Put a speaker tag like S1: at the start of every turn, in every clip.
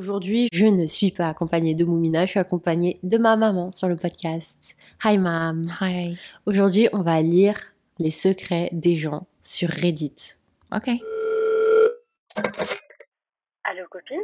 S1: Aujourd'hui, je ne suis pas accompagnée de Moumina, je suis accompagnée de ma maman sur le podcast. Hi mam.
S2: Hi.
S1: Aujourd'hui, on va lire les secrets des gens sur Reddit.
S2: Ok.
S3: Allô, copine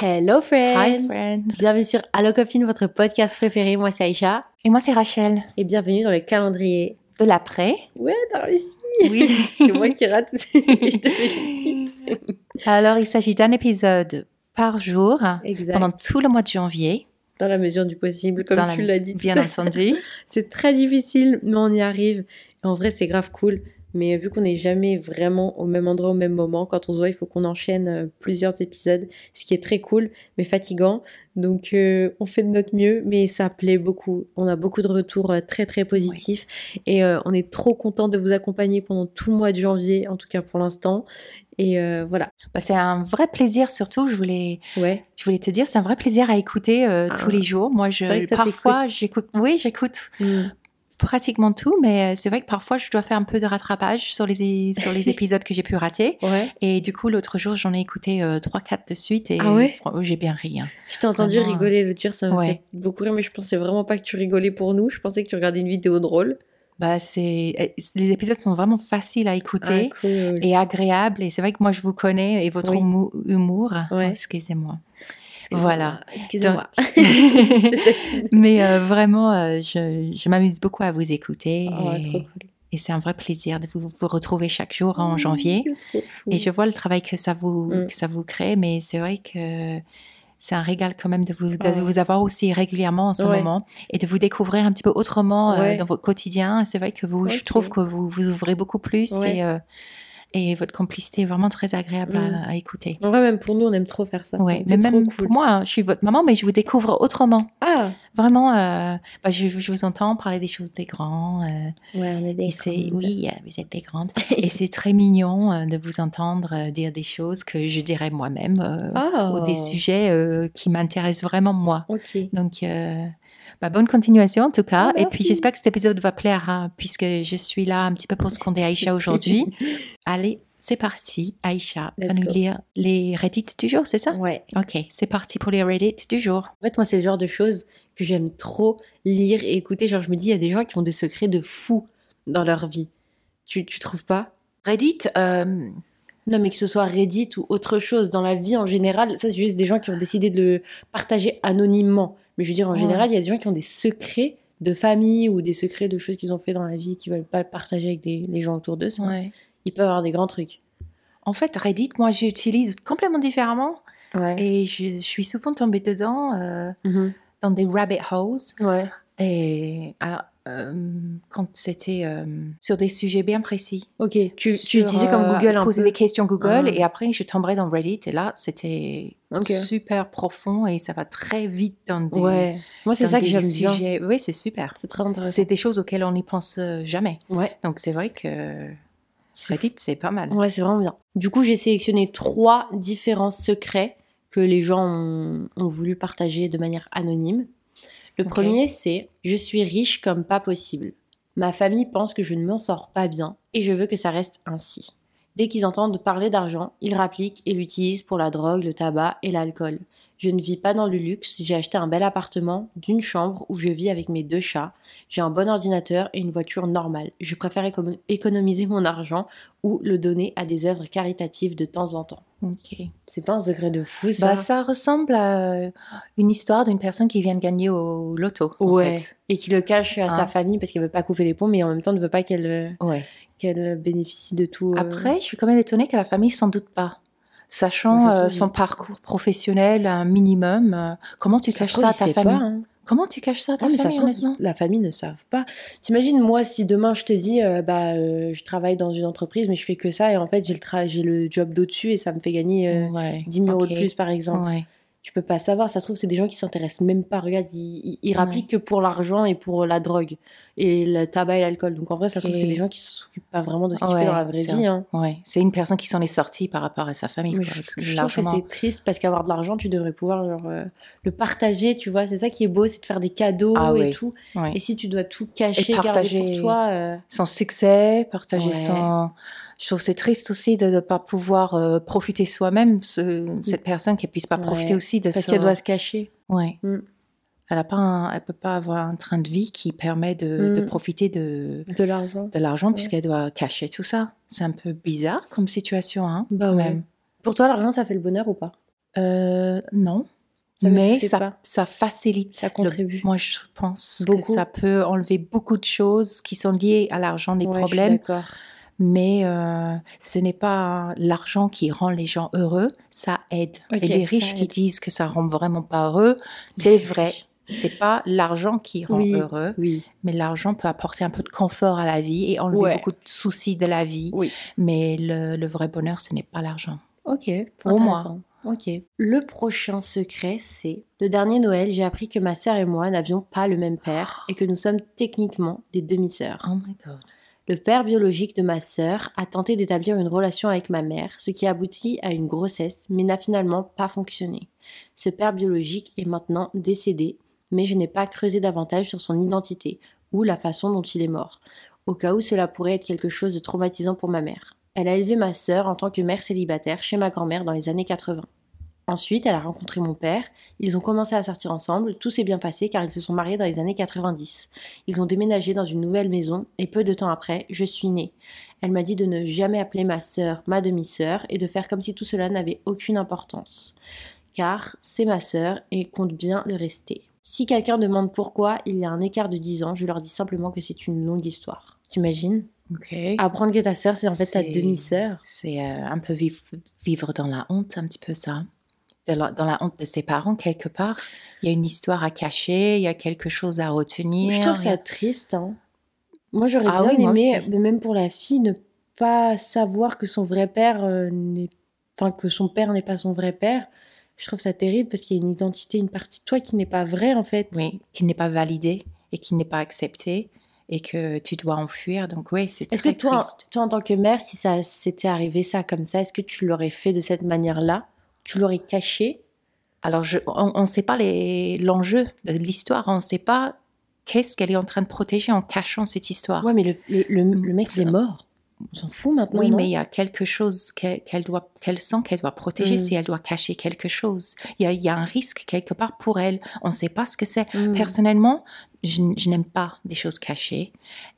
S1: Hello friends.
S2: Hi friends.
S1: Bienvenue sur Allo Copine, votre podcast préféré. Moi c'est Aïcha
S2: Et moi c'est Rachel.
S1: et bienvenue dans le calendrier.
S2: De l'après.
S1: Ouais, t'as réussi.
S2: Oui.
S1: C'est moi qui rate. je te félicite.
S2: Alors il s'agit d'un épisode par jour
S1: Exact.
S2: pendant tout le mois de janvier,
S1: Dans la mesure du possible, comme
S2: Dans la-
S1: tu l'as dit. tout
S2: bien
S1: à l'heure.
S2: entendu.
S1: C'est très difficile, mais on y arrive. Et en vrai, c'est grave cool. Mais vu qu'on n'est jamais vraiment au même endroit au même moment, quand on se voit, il faut qu'on enchaîne euh, plusieurs épisodes, ce qui est très cool, mais fatigant. Donc, euh, on fait de notre mieux, mais ça plaît beaucoup. On a beaucoup de retours euh, très, très positifs. Et euh, on est trop content de vous accompagner pendant tout le mois de janvier, en tout cas pour l'instant. Et euh, voilà.
S2: Bah, c'est un vrai plaisir surtout, je voulais,
S1: Ouais.
S2: je voulais te dire, c'est un vrai plaisir à écouter euh,
S1: Ah.
S2: tous les jours. Moi je
S1: C'est vrai que toi,
S2: parfois
S1: t'écoutes.
S2: j'écoute oui, j'écoute
S1: Mm.
S2: pratiquement tout mais euh, c'est vrai que parfois je dois faire un peu de rattrapage sur les sur les épisodes que j'ai pu rater.
S1: Ouais.
S2: Et du coup, l'autre jour, j'en ai écouté 3-4 de suite et
S1: Ah ouais
S2: fran- j'ai bien ri. hein.
S1: Je t'ai entendu
S2: Vraiment, euh,
S1: rigoler l'autre jour, ça m'a
S2: ouais.
S1: fait beaucoup rire, mais je pensais vraiment pas que tu rigolais pour nous. Je pensais que tu regardais une vidéo drôle.
S2: Bah, c'est... euh, Les épisodes sont vraiment faciles à écouter.
S1: Ah, cool.
S2: et agréable. Et c'est vrai que moi, je vous connais et votre
S1: Oui.
S2: humo- humour.
S1: Ouais.
S2: Excusez-moi.
S1: Excusez-moi.
S2: Voilà.
S1: Excusez-moi. Je te
S2: Mais
S1: taquine.
S2: euh, vraiment, euh, je, je m'amuse beaucoup à vous écouter.
S1: Oh,
S2: et
S1: trop cool.
S2: et c'est un vrai plaisir de vous, vous retrouver chaque jour en janvier.
S1: Trop cool.
S2: Et je vois le travail que ça vous,
S1: Mm.
S2: que ça vous crée. Mais c'est vrai que c'est un régal quand même de vous, de
S1: Ah ouais.
S2: vous avoir aussi régulièrement en ce
S1: Ouais.
S2: moment et de vous découvrir un petit peu autrement euh,
S1: Ouais.
S2: dans votre quotidien. C'est vrai que vous, je
S1: Ok.
S2: trouve que vous vous ouvrez beaucoup plus.
S1: Ouais.
S2: Et, euh, et votre complicité est vraiment très agréable à-
S1: Mm.
S2: à écouter.
S1: En vrai, même pour nous, on aime trop faire ça.
S2: Ouais,
S1: C'est
S2: mais
S1: trop
S2: même
S1: cool.
S2: pour moi, hein, je suis votre maman, mais je vous découvre autrement.
S1: Ah
S2: Vraiment, euh, bah, je, je vous entends parler des choses des grands. euh,
S1: Ouais, on est
S2: et
S1: des
S2: c'est,
S1: grandes.
S2: oui, euh, vous êtes des grandes. et c'est très mignon euh, de vous entendre euh, dire des choses que je dirais moi-même euh,
S1: Ah
S2: ou des sujets euh, qui m'intéressent vraiment moi.
S1: Ok.
S2: Donc, euh, bah, bonne continuation en tout cas.
S1: Ah,
S2: et puis,
S1: merci.
S2: j'espère que cet épisode va plaire, hein, puisque je suis là un petit peu pour seconder Aïcha aujourd'hui. Allez, c'est parti. Aïcha va
S1: Let's
S2: nous
S1: go.
S2: lire les Reddit du jour, c'est ça
S1: Ouais.
S2: Ok, c'est parti pour les Reddit du jour.
S1: En fait, moi, c'est le genre de choses que j'aime trop lire et écouter. Genre, je me dis, il y a des gens qui ont des secrets de fou dans leur vie. Tu, tu trouves pas
S2: Reddit, euh,
S1: Non, mais que ce soit Reddit ou autre chose, dans la vie en général, ça c'est juste des gens qui ont décidé de le partager anonymement. Mais je veux dire, en
S2: Ouais.
S1: général, il y a des gens qui ont des secrets de famille ou des secrets de choses qu'ils ont fait dans la vie qui veulent pas le partager avec des- les gens autour d'eux. ça. Ils peuvent avoir des grands trucs.
S2: en fait, Reddit, moi, j'utilise complètement différemment
S1: Ouais.
S2: et je, je suis souvent tombée dedans euh, dans des rabbit holes.
S1: Ouais.
S2: Et alors, euh, quand c'était euh, sur des sujets bien précis.
S1: Ok. Tu, tu
S2: Sur,
S1: utilisais comme
S2: euh,
S1: Google un
S2: Poser
S1: peu.
S2: des questions Google
S1: Ah.
S2: et après, je tomberais dans Reddit et là, c'était
S1: Ok.
S2: super profond et ça va très vite dans des,
S1: Ouais. Moi, c'est
S2: dans
S1: ça que
S2: des
S1: j'aime bien.
S2: sujets. Oui, c'est super.
S1: C'est très intéressant.
S2: C'est des choses auxquelles on n'y pense euh, jamais.
S1: Ouais.
S2: Donc c'est vrai que
S1: C'est
S2: Reddit, c'est pas mal.
S1: Ouais, c'est vraiment bien. Du coup, j'ai sélectionné trois différents secrets que les gens ont, ont voulu partager de manière anonyme. Le
S2: Ok.
S1: premier, c'est Je suis riche comme pas possible. Ma famille pense que je ne m'en sors pas bien et je veux que ça reste ainsi. Dès qu'ils entendent parler d'argent, ils rappliquent et l'utilisent pour la drogue, le tabac et l'alcool. Je ne vis pas dans le luxe, j'ai acheté un bel appartement, d'une chambre où je vis avec mes deux chats, j'ai un bon ordinateur et une voiture normale. Je préfère économ- économiser mon argent ou le donner à des œuvres caritatives de temps en temps.
S2: Ok.
S1: Mm. C'est pas un secret de fou, ça.
S2: Bah, ça ressemble à une histoire d'une personne qui vient de gagner au loto. en
S1: Ouais.
S2: fait.
S1: Et qui le cache à sa
S2: Hein.
S1: famille parce qu'elle veut pas couper les ponts, mais en même temps ne veut pas qu'elle euh, qu'elle euh, bénéficie de tout. euh.
S2: Après, je suis quand même étonnée que la famille s'en doute pas. Sachant
S1: Ça se trouve,
S2: euh, son
S1: il-
S2: parcours professionnel, un minimum, euh, comment tu
S1: Ça se
S2: caches
S1: trouve,
S2: ça à
S1: ils
S2: ta
S1: savent
S2: famille
S1: pas, hein.
S2: Comment tu caches ça à ta
S1: Non, mais ça
S2: famille
S1: se trouve,
S2: honnêtement
S1: la famille ne savent pas. T'imagines, moi, si demain je te dis, euh, bah, euh, je travaille dans une entreprise, mais je fais que ça, et en fait, j'ai le, tra- j'ai le job d'au-dessus et ça me fait gagner euh,
S2: Ouais.
S1: 10 000 euros de
S2: Mm. ok. Mm.
S1: plus, par exemple.
S2: Ouais.
S1: Tu tu peux pas savoir. Ça se trouve, c'est des gens qui s'intéressent même pas. Regarde, ils, ils, ils rappliquent que pour l'argent et pour la drogue et le tabac et l'alcool. Donc en vrai, ça se trouve,
S2: Et-
S1: c'est des gens qui s'occupent pas vraiment de ce qu'ils
S2: Ouais,
S1: font dans la vraie
S2: c'est
S1: vie. hein.
S2: Ouais, c'est une personne qui s'en est sortie par rapport à sa famille.
S1: Mais
S2: quoi,
S1: bah, je,
S2: parce
S1: je trouve que
S2: largement-
S1: c'est triste parce qu'avoir de l'argent, tu devrais pouvoir genre, euh, le partager, tu vois. C'est ça qui est beau, c'est de faire des cadeaux
S2: Ah
S1: et
S2: ouais.
S1: tout.
S2: ouais.
S1: Et si tu dois tout cacher,
S2: Et
S1: garder
S2: partager.
S1: pour toi, euh,
S2: son succès, partager
S1: Ouais.
S2: son. Je trouve que c'est triste aussi de ne pas pouvoir euh, profiter soi-même, ce- cette personne qui puisse pas
S1: Ouais.
S2: profiter aussi de
S1: parce
S2: son-
S1: qu'elle doit se cacher.
S2: Ouais.
S1: Mm.
S2: Elle a pas, un- elle peut pas avoir un train de vie qui permet de, de
S1: Mm.
S2: profiter de,
S1: De l'argent.
S2: de l'argent puisqu'elle doit cacher tout ça. C'est un peu bizarre comme situation, hein,
S1: Bah
S2: quand
S1: ouais.
S2: même.
S1: Pour toi, l'argent, ça fait le bonheur ou pas
S2: Euh, non,
S1: Ça ne
S2: mais
S1: fait pas.
S2: ça, ça facilite.
S1: Ça
S2: le-
S1: contribue.
S2: moi, je pense
S1: Beaucoup.
S2: que ça peut enlever beaucoup de choses qui sont liées à l'argent, des
S1: Ouais, je suis
S2: problèmes.
S1: D'accord.
S2: mais euh, ce n'est pas l'argent qui rend les gens heureux, ça aide.
S1: Ok,
S2: Et les
S1: ça
S2: riches qui
S1: aide.
S2: disent que ça rend vraiment pas heureux, c'est vrai. C'est pas l'argent qui rend
S1: Oui.
S2: heureux,
S1: Oui.
S2: mais l'argent peut apporter un peu de confort à la vie et enlever
S1: Ouais.
S2: beaucoup de soucis de la vie.
S1: Oui.
S2: Mais le, le vrai bonheur, ce n'est pas l'argent.
S1: Ok.
S2: Pour moi.
S1: intéressant. Ok. Le prochain secret, c'est le dernier Noël, j'ai appris que ma sœur et moi n'avions pas le même père et que nous sommes techniquement des demi-sœurs.
S2: Oh my god.
S1: Le père biologique de ma sœur a tenté d'établir une relation avec ma mère, ce qui aboutit à une grossesse, mais n'a finalement pas fonctionné. Ce père biologique est maintenant décédé, mais je n'ai pas creusé davantage sur son identité ou la façon dont il est mort, au cas où cela pourrait être quelque chose de traumatisant pour ma mère. Elle a élevé ma sœur en tant que mère célibataire chez ma grand-mère dans les années 80. Ensuite, elle a rencontré mon père, ils ont commencé à sortir ensemble, tout s'est bien passé car ils se sont mariés dans les années 90. Ils ont déménagé dans une nouvelle maison et peu de temps après, je suis née. Elle m'a dit de ne jamais appeler ma sœur ma demi-sœur et de faire comme si tout cela n'avait aucune importance. Car c'est ma sœur et compte bien le rester. Si quelqu'un demande pourquoi il y a un écart de 10 ans, je leur dis simplement que c'est une longue histoire. T'imagines
S2: Ok.
S1: Apprendre que ta sœur, c'est en fait ta
S2: C'est-
S1: demi-sœur.
S2: C'est euh, un peu vivre, vivre dans la honte, un petit peu ça. De la- dans la honte de ses parents, quelque part. Il y a une histoire à cacher, il y a quelque chose à retenir.
S1: Je trouve
S2: il y a-
S1: ça triste. hein. Moi, j'aurais
S2: Ah
S1: bien
S2: oui, moi
S1: aimé,
S2: aussi.
S1: mais même pour la fille, ne pas savoir que son vrai père euh, n'est, enfin que son père n'est pas son vrai père. Je trouve ça terrible parce qu'il y a une identité, une partie de toi qui n'est pas vraie en fait.
S2: Oui, qui n'est pas validé et qui n'est pas accepté et que tu dois enfuir. Donc oui, c'est
S1: Est-ce
S2: très
S1: que toi,
S2: triste.
S1: toi, en tant que mère, si ça s'était arrivé ça comme ça, est-ce que tu l'aurais fait de cette manière-là Tu l'aurais caché
S2: Alors je, on ne sait pas les- l'enjeu de l'histoire, on ne sait pas qu'est-ce qu'elle est en train de protéger en cachant cette histoire.
S1: Ouais, mais le, le, le- le mec, il est
S2: Ça-
S1: mort. On s'en fout maintenant.
S2: Oui,
S1: non
S2: mais il y a quelque chose qu'elle qu'elle doit, qu'elle sent qu'elle doit protéger
S1: Mm.
S2: si elle doit cacher quelque chose. Il y a, il y a un risque quelque part pour elle. On ne sait pas ce que c'est.
S1: Hmm.
S2: Personnellement, je, n- je n'aime pas des choses cachées.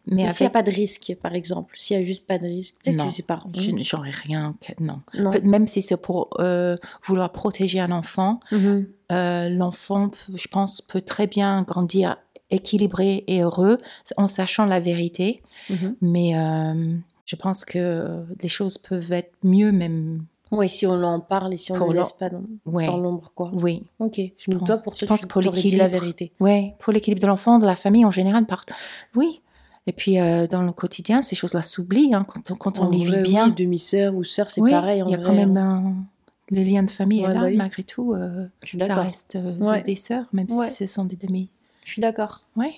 S2: Mais
S1: Mais S'il n'y a
S2: avec,
S1: pas de risque, par exemple, s'il n'y a juste pas de risque, peut-être
S2: Non.
S1: que c'est pas.
S2: je n- j'aurais rien. que- Non.
S1: Non.
S2: Peut- Même si c'est pour euh, vouloir protéger un enfant,
S1: Mhm.
S2: Euh, l'enfant, peut- je pense, peut très bien grandir équilibré et heureux en sachant la vérité.
S1: Mhm.
S2: Mais euh, je pense que les choses peuvent être mieux même.
S1: Oui, si on en parle et si on
S2: Pour
S1: ne
S2: l'en-
S1: laisse pas dans,
S2: Ouais.
S1: dans l'ombre, quoi.
S2: Oui,
S1: Ok.
S2: je
S1: Donc
S2: pense.
S1: toi, pour
S2: je
S1: toi,
S2: pense
S1: tu
S2: pour
S1: t'aurais dit la
S2: l'équilibre.
S1: vérité.
S2: Ouais, pour l'équilibre de l'enfant, de la famille en général, par... oui. Et puis euh, dans le quotidien, ces choses-là s'oublient hein, quand on, quand on
S1: En
S2: les
S1: vrai,
S2: vit bien.
S1: oui, demi-sœur ou sœur, c'est
S2: Oui,
S1: pareil. En
S2: Il y a
S1: vrai,
S2: quand même
S1: hein.
S2: un- le lien de famille est
S1: Ouais,
S2: là,
S1: bah oui.
S2: malgré tout. euh,
S1: Je suis
S2: ça
S1: d'accord.
S2: reste euh,
S1: Ouais.
S2: des sœurs, même
S1: Ouais.
S2: si ce sont des demi.
S1: Je suis d'accord.
S2: Ouais.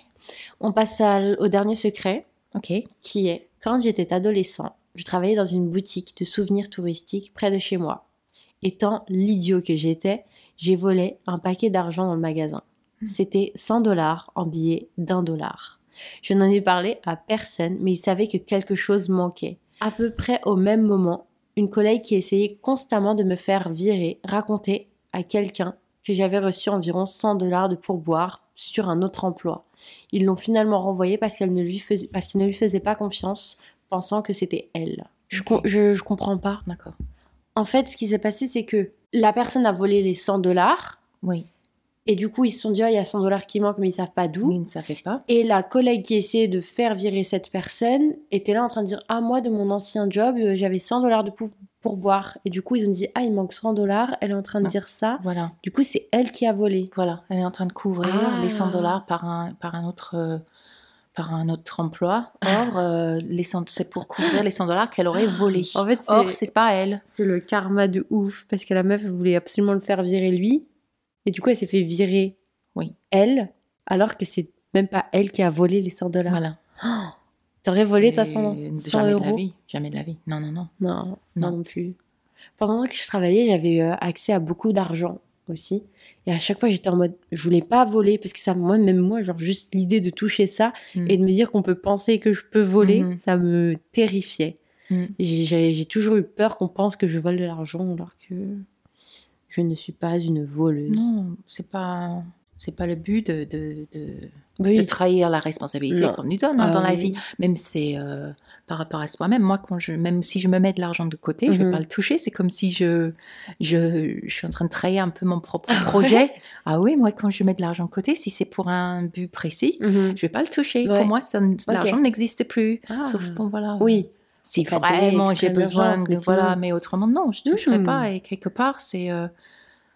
S1: On passe à l- au dernier secret,
S2: Ok.
S1: qui est quand j'étais adolescent, je travaillais dans une boutique de souvenirs touristiques près de chez moi. Étant l'idiot que j'étais, j'ai volé un paquet d'argent dans le magasin. C'était 100 dollars en billets d'un dollar. Je n'en ai parlé à personne, mais il savait que quelque chose manquait. À peu près au même moment, une collègue qui essayait constamment de me faire virer racontait à quelqu'un que j'avais reçu environ 100 dollars de pourboire sur un autre emploi. Ils l'ont finalement renvoyée parce qu'elle ne lui faisait, parce qu'il ne lui faisait pas confiance, pensant que c'était elle. Je,
S2: Ok.
S1: com- je, je comprends pas.
S2: D'accord.
S1: En fait, ce qui s'est passé, c'est que la personne a volé les 100 dollars.
S2: Oui.
S1: Et du coup, ils se sont dit, Ah, il y a 100 dollars qui manquent, mais ils savent pas d'où.
S2: Oui, ne savait pas.
S1: Et la collègue qui essayait de faire virer cette personne était là en train de dire Ah, moi, de mon ancien job, euh, j'avais 100 dollars de pou- pourboire. Et du coup, ils ont dit Ah, il manque 100 dollars. Elle est en train de
S2: Ah.
S1: dire ça.
S2: Voilà,
S1: Du coup, c'est elle qui a volé.
S2: voilà. Elle est en train de couvrir les 100
S1: Ah.
S2: dollars par un, par un autre. euh, par un autre emploi.
S1: Ah.
S2: Or, euh, les 100 c'est pour couvrir les 100 dollars qu'elle aurait volés.
S1: En fait, c'est-
S2: Or, c'est pas elle.
S1: C'est le karma de ouf. Parce que la meuf voulait absolument le faire virer lui. Et du coup, elle s'est fait virer.
S2: Oui.
S1: Elle, alors que c'est même pas elle qui a volé les 100 dollars.
S2: Voilà.
S1: T'aurais volé ta
S2: C'est-
S1: 100, 100
S2: jamais de la
S1: euros
S2: vie. Jamais de la vie. Non, non, non.
S1: Non, non,
S2: Non.
S1: non plus. Pendant que je travaillais, j'avais euh, accès à beaucoup d'argent aussi. Et à chaque fois, j'étais en mode, je voulais pas voler parce que ça, moi, même moi, genre juste l'idée de toucher ça
S2: Mm.
S1: et de me dire qu'on peut penser que je peux voler,
S2: Mhm.
S1: ça me terrifiait.
S2: Mm.
S1: J'ai- J'ai j'ai toujours eu peur qu'on pense que je vole de l'argent alors que je ne suis pas une voleuse.
S2: Non, c'est pas. C'est pas le but de, de, de-
S1: Bah
S2: de
S1: oui.
S2: trahir la responsabilité
S1: Non.
S2: qu'on nous donne hein,
S1: Ah
S2: dans la
S1: oui.
S2: vie. Même c'est euh, par rapport à soi-même. Moi, quand je, même si je me mets de l'argent de côté, je ne
S1: Mhm.
S2: vais pas le toucher. C'est comme si je, je, je suis en train de trahir un peu mon propre projet. Ah oui, moi, quand je mets de l'argent de côté, si c'est pour un but précis,
S1: Mhm.
S2: je vais pas le toucher.
S1: Ouais.
S2: Pour moi, ça ne- l'argent n'existe plus.
S1: Ah.
S2: Sauf bon, voilà.
S1: Oui.
S2: Si
S1: Cas de
S2: vraiment j'ai
S1: extrême
S2: besoin,
S1: urgence,
S2: de,
S1: mais sinon-
S2: voilà, mais autrement, non, je ne toucherai
S1: Mhm.
S2: pas. Et quelque part, c'est, euh,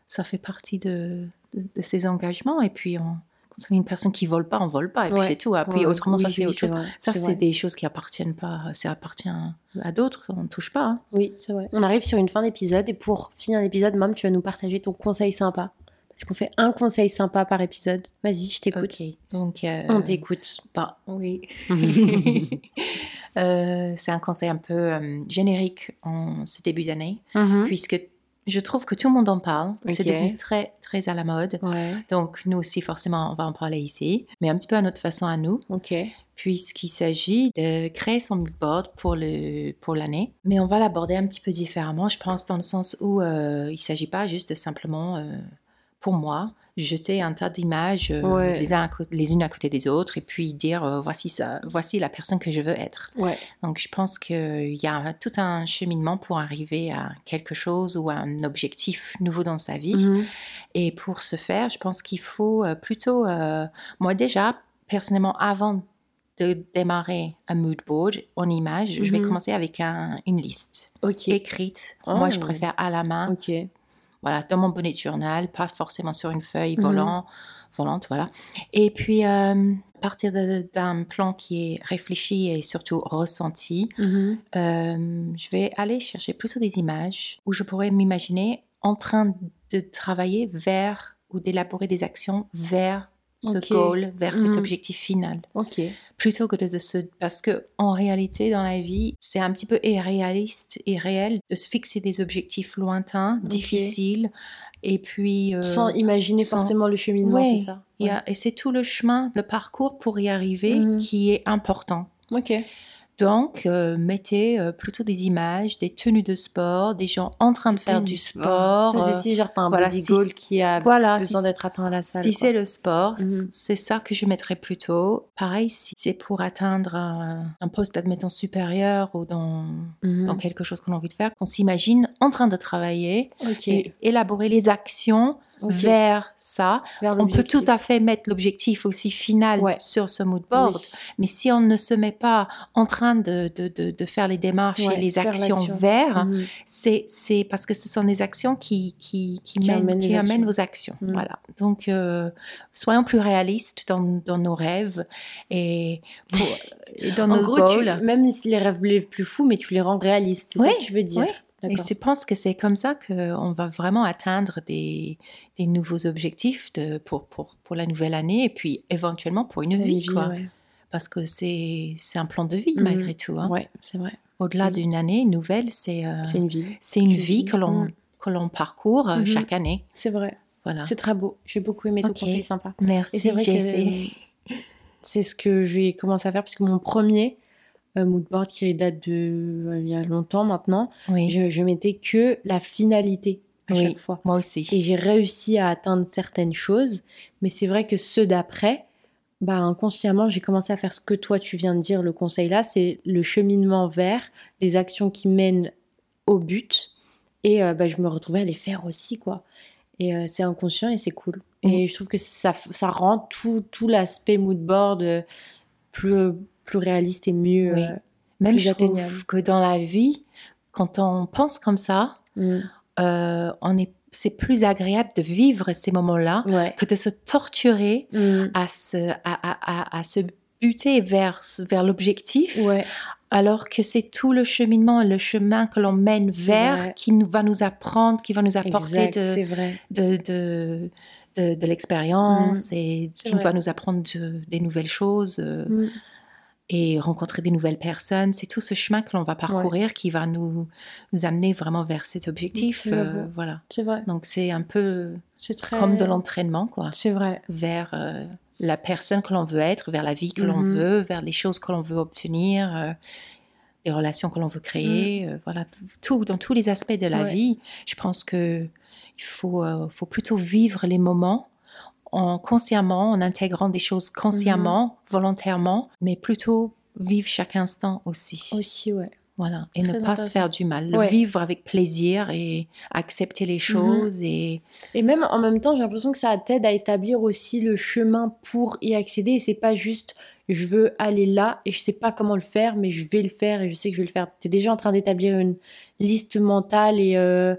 S2: ça fait partie de, de, de ses engagements. Et puis, on, quand on est une personne qui vole pas, on vole pas. Et
S1: Ouais.
S2: puis, c'est tout. Et Ah, puis,
S1: Ouais,
S2: autrement,
S1: oui,
S2: ça, c'est
S1: oui,
S2: autre chose.
S1: vrai,
S2: Ça,
S1: c'est
S2: c'est
S1: vrai.
S2: des choses qui appartiennent pas, ça appartient à d'autres, on ne touche pas. hein.
S1: Oui, c'est vrai. On arrive sur une fin d'épisode et pour finir l'épisode, Mom, tu vas nous partager ton conseil sympa. Parce qu'on fait un conseil sympa par épisode. Vas-y, je t'écoute.
S2: Donc, euh,
S1: On t'écoute.
S2: bah, oui.
S1: Mhm.
S2: Euh, c'est un conseil un peu euh, générique en ce début d'année,
S1: Mhm.
S2: puisque je trouve que tout le monde en parle. C'est
S1: Ok.
S2: devenu très, très à la mode.
S1: Ouais,
S2: Donc, nous aussi, forcément, on va en parler ici, mais un petit peu à notre façon à nous,
S1: ok.
S2: puisqu'il s'agit de créer son board pour le pour l'année. Mais on va l'aborder un petit peu différemment, je pense, dans le sens où euh, il ne s'agit pas juste de simplement, euh, pour moi, jeter un tas d'images euh,
S1: Ouais.
S2: les, uns à cô- les unes à côté des autres et puis dire euh, voici ça, voici la personne que je veux être.
S1: Ouais.
S2: Donc, je pense qu'il y a tout un cheminement pour arriver à quelque chose ou à un objectif nouveau dans sa vie.
S1: Mhm.
S2: Et pour ce faire, je pense qu'il faut euh, plutôt, euh, moi déjà, personnellement, avant de démarrer un mood board en image, je vais
S1: Mhm.
S2: commencer avec un- une liste
S1: Ok.
S2: écrite. Moi, je
S1: Oh.
S2: préfère à la main,
S1: Ok.
S2: voilà, dans mon bonnet de journal, pas forcément sur une feuille
S1: Mhm.
S2: volant- volante, voilà. Et puis, euh, à partir de- d'un plan qui est réfléchi et surtout ressenti,
S1: Mhm.
S2: euh, je vais aller chercher plutôt des images où je pourrais m'imaginer en train de travailler vers ou d'élaborer des actions vers ce
S1: Ok.
S2: goal, vers cet
S1: Mhm.
S2: objectif final,
S1: Ok. Euh,
S2: plutôt que de, de se parce que en réalité dans la vie c'est un petit peu irréaliste, irréel de se fixer des objectifs lointains,
S1: Ok.
S2: difficiles, et puis euh,
S1: sans imaginer
S2: sans-
S1: forcément le cheminement,
S2: Ouais,
S1: c'est ça
S2: il y a- et c'est tout le chemin, le parcours pour y arriver
S1: Mhm.
S2: qui est important.
S1: Ouais. Ok.
S2: Donc, euh, mettez euh, plutôt des images, des tenues de sport, des gens en train de faire du sport.
S1: Ça,
S2: euh,
S1: c'est si genre t'as un
S2: voilà,
S1: body
S2: si-
S1: goal qui a
S2: voilà, si,
S1: besoin d'être atteint à la salle.
S2: si
S1: quoi.
S2: c'est le sport,
S1: Mhm.
S2: c'est ça que je mettrais plutôt. Pareil, si c'est pour atteindre un, un poste, admettons, supérieur ou dans,
S1: Mhm.
S2: dans quelque chose qu'on a envie de faire, qu'on s'imagine en train de travailler
S1: Ok.
S2: et élaborer les actions
S1: Ok.
S2: vers ça.
S1: Vers
S2: On peut
S1: l'objectif.
S2: tout à fait mettre l'objectif aussi final
S1: Ouais.
S2: sur ce mood
S1: Oui.
S2: board. Mais si on ne se met pas en train de, de, de, de faire les démarches
S1: Ouais,
S2: et les
S1: faire
S2: actions
S1: l'action.
S2: vers,
S1: Mhm.
S2: c'est c'est parce que ce sont des actions qui, qui, qui,
S1: Qui
S2: mènent,
S1: amènent les
S2: qui
S1: actions.
S2: amènent vos actions.
S1: Mm.
S2: Voilà. Donc, euh, soyons plus réalistes dans, dans nos rêves et, pour- et dans
S1: En
S2: nos
S1: gros, tu-
S2: goals.
S1: même si les rêves les plus fous, mais tu les rends réalistes. C'est
S2: Ouais,
S1: ça que tu veux dire.
S2: ouais. Et je pense que c'est comme ça qu'on va vraiment atteindre des, des nouveaux objectifs de, pour, pour, pour la nouvelle année et puis éventuellement pour une
S1: Une
S2: vie.
S1: vie,
S2: quoi.
S1: ouais.
S2: Parce que c'est c'est un plan de vie
S1: Mhm.
S2: malgré tout. hein.
S1: Ouais, c'est vrai.
S2: Au-delà
S1: Mhm.
S2: d'une année nouvelle, c'est euh,
S1: C'est une vie.
S2: c'est une
S1: tu
S2: vie
S1: vis.
S2: que l'on
S1: Mhm.
S2: que l'on parcourt euh,
S1: Mhm.
S2: chaque année.
S1: C'est vrai.
S2: Voilà.
S1: C'est très beau. J'ai beaucoup aimé ton
S2: Ok.
S1: conseil sympa.
S2: Merci,
S1: Et c'est vrai que
S2: Jessie.
S1: euh, c'est ce que j'ai commencé à faire parce que mon premier euh, moodboard qui date de euh, il y a longtemps maintenant,
S2: Oui,
S1: je, je mettais que la finalité à
S2: Oui.
S1: chaque fois.
S2: moi aussi.
S1: Et j'ai réussi à atteindre certaines choses, mais c'est vrai que ceux d'après, bah inconsciemment, j'ai commencé à faire ce que toi tu viens de dire, le conseil là, c'est le cheminement vers les actions qui mènent au but. Et euh, bah, je me retrouvais à les faire aussi, quoi. Et euh, c'est inconscient et c'est cool. Et je trouve que ça, ça rend tout, tout l'aspect mood board euh, plus, euh, plus réaliste et mieux.
S2: Oui. Même
S1: plus
S2: je
S1: atteignable.
S2: trouve que dans la vie, quand on pense comme ça,
S1: euh,
S2: euh, on est c'est plus agréable de vivre ces moments-là
S1: mm. Ouais.
S2: que de se torturer
S1: Mm.
S2: à se à, à- à- à se buter vers vers l'objectif.
S1: Ouais.
S2: alors que c'est tout le cheminement et le chemin que l'on mène
S1: C'est
S2: vers
S1: vrai.
S2: qui nous, va nous apprendre, qui va nous apporter
S1: Exact,
S2: de,
S1: c'est vrai.
S2: de, de, de, de l'expérience et
S1: Mm. C'est
S2: qui va
S1: vrai.
S2: nous apprendre de- des nouvelles choses euh,
S1: Mm.
S2: et rencontrer des nouvelles personnes. C'est tout ce chemin que l'on va parcourir qui va nous, nous amener vraiment vers cet objectif.
S1: Je l'avoue.
S2: euh, voilà.
S1: C'est vrai.
S2: Donc c'est un peu
S1: C'est très.
S2: comme de l'entraînement, quoi,
S1: C'est vrai.
S2: vers euh, la personne que l'on veut être, vers la vie que l'on
S1: Mhm.
S2: veut, vers les choses que l'on veut obtenir, euh, les relations que l'on veut créer, euh, voilà, tout dans tous les aspects de la
S1: Mhm. Ouais.
S2: vie. Je pense que il faut, euh, faut plutôt vivre les moments en consciemment, en intégrant des choses consciemment,
S1: Mhm.
S2: volontairement, mais plutôt vivre chaque instant aussi.
S1: Aussi, ouais.
S2: Voilà, et
S1: Très
S2: ne pas se faire du mal, le
S1: Ouais. Mhm.
S2: vivre avec plaisir et accepter les choses et
S1: Et même en même temps, j'ai l'impression que ça t'aide à établir aussi le chemin pour y accéder. Et c'est pas juste je veux aller là et je sais pas comment le faire, mais je vais le faire et je sais que je vais le faire. T'es déjà en train d'établir une liste mentale et, euh,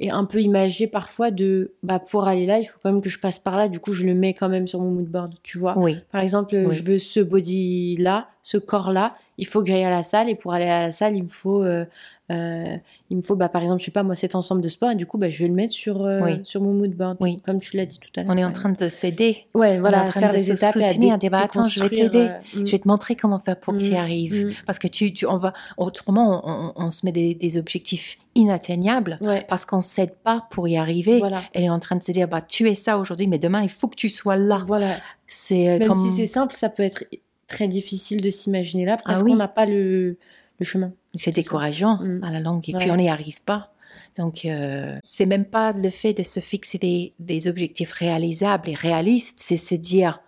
S1: et un peu imagée parfois de bah pour aller là, il faut quand même que je passe par là. Du coup, je le mets quand même sur mon mood board, tu vois.
S2: oui.
S1: Par exemple, euh,
S2: Oui.
S1: je veux ce body là, ce corps là, il faut que j'aille à la salle et pour aller à la salle, il me faut, euh, euh, il me faut bah, par exemple, je sais pas moi, cet ensemble de sport et du coup, bah, je vais le mettre sur, euh,
S2: Oui.
S1: sur mon mood board,
S2: Oui.
S1: comme tu l'as dit tout à l'heure.
S2: On est en
S1: ouais.
S2: train de s'aider.
S1: ouais, voilà,
S2: on est en
S1: à
S2: train
S1: faire
S2: de
S1: les
S2: se
S1: étapes et à
S2: soutenir,
S1: dé-
S2: à dire, bah, attends, je vais
S1: déconstruire,
S2: t'aider.
S1: euh, mm.
S2: Je vais te montrer comment faire pour que tu y
S1: Mm,
S2: arrives.
S1: mm.
S2: Parce que tu, tu- on va, autrement, on, on- on se met des, des objectifs inatteignables
S1: mm, Ouais,
S2: parce qu'on ne s'aide pas pour y arriver.
S1: voilà.
S2: Elle est en train de se dire, bah, tu es ça aujourd'hui, mais demain, il faut que tu sois là.
S1: voilà.
S2: C'est euh,
S1: Même
S2: comme...
S1: si c'est simple, ça peut être très difficile de s'imaginer là parce
S2: Ah oui.
S1: qu'on n'a pas le, le chemin.
S2: C'est décourageant
S1: Mm.
S2: à la longue et
S1: Ouais.
S2: puis on n'y arrive pas. Donc, euh, c'est même pas le fait de se fixer des, des objectifs réalisables et réalistes, c'est se dire,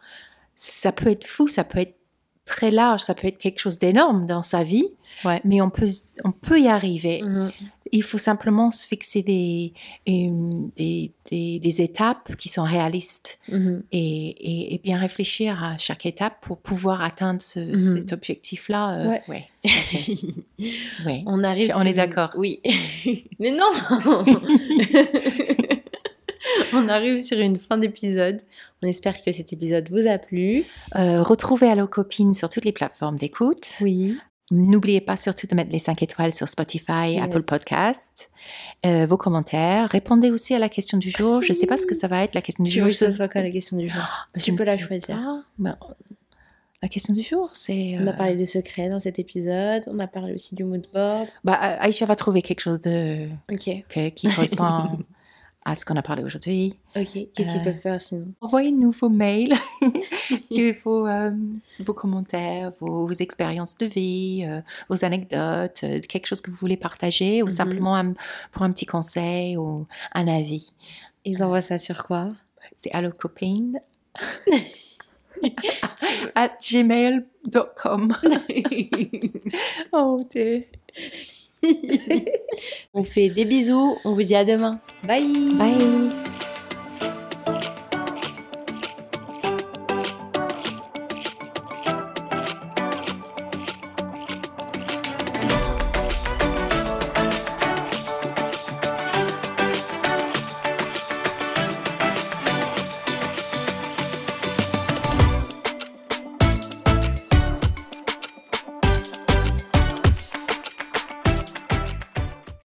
S2: ça peut être fou, ça peut être très large, ça peut être quelque chose d'énorme dans sa vie,
S1: Ouais.
S2: mais on peut, on peut y arriver.
S1: Mhm.
S2: Il faut simplement se fixer des, une- des, des- des étapes qui sont réalistes
S1: Mhm.
S2: et, et- et bien réfléchir à chaque étape pour pouvoir atteindre ce-
S1: Mhm.
S2: cet objectif-là. euh,
S1: Ouais.
S2: ouais, tout à fait. Ouais.
S1: On arrive.
S2: On
S1: sur-
S2: est d'accord.
S1: Oui. Mais non On arrive sur une fin d'épisode. On espère que cet épisode vous a plu.
S2: Euh, retrouvez Allo Copine sur toutes les plateformes d'écoute.
S1: Oui.
S2: N'oubliez pas surtout de mettre les 5 étoiles sur Spotify,
S1: Yes.
S2: Apple Podcast. Euh, vos commentaires. Répondez aussi à la question du jour. Je ne sais pas ce que ça va être, la question du
S1: Tu
S2: jour.
S1: veux que ce soit quoi la question du jour
S2: Je
S1: tu
S2: ne
S1: peux la
S2: sais
S1: choisir.
S2: pas. Ben, la question du jour, c'est...
S1: Oh, On a
S2: euh,
S1: parlé des secrets dans cet épisode. On a parlé aussi du mood board.
S2: bah, A- Aïcha va trouver quelque chose de...
S1: Ok.
S2: que- qui correspond à ce qu'on a parlé aujourd'hui.
S1: Ok. Qu'est-ce qu'ils
S2: Euh,
S1: peuvent faire sinon
S2: Envoyez-nous vos mails et vos, euh, vos commentaires, vos, vos expériences de vie, euh, vos anecdotes, euh, quelque chose que vous voulez partager ou
S1: Mhm.
S2: simplement un- pour un petit conseil ou un avis.
S1: Ils envoient ça sur quoi
S2: C'est allocopine at gmail.com. oh, dear.
S1: On fait des bisous. On vous dit à demain. Bye.
S2: Bye.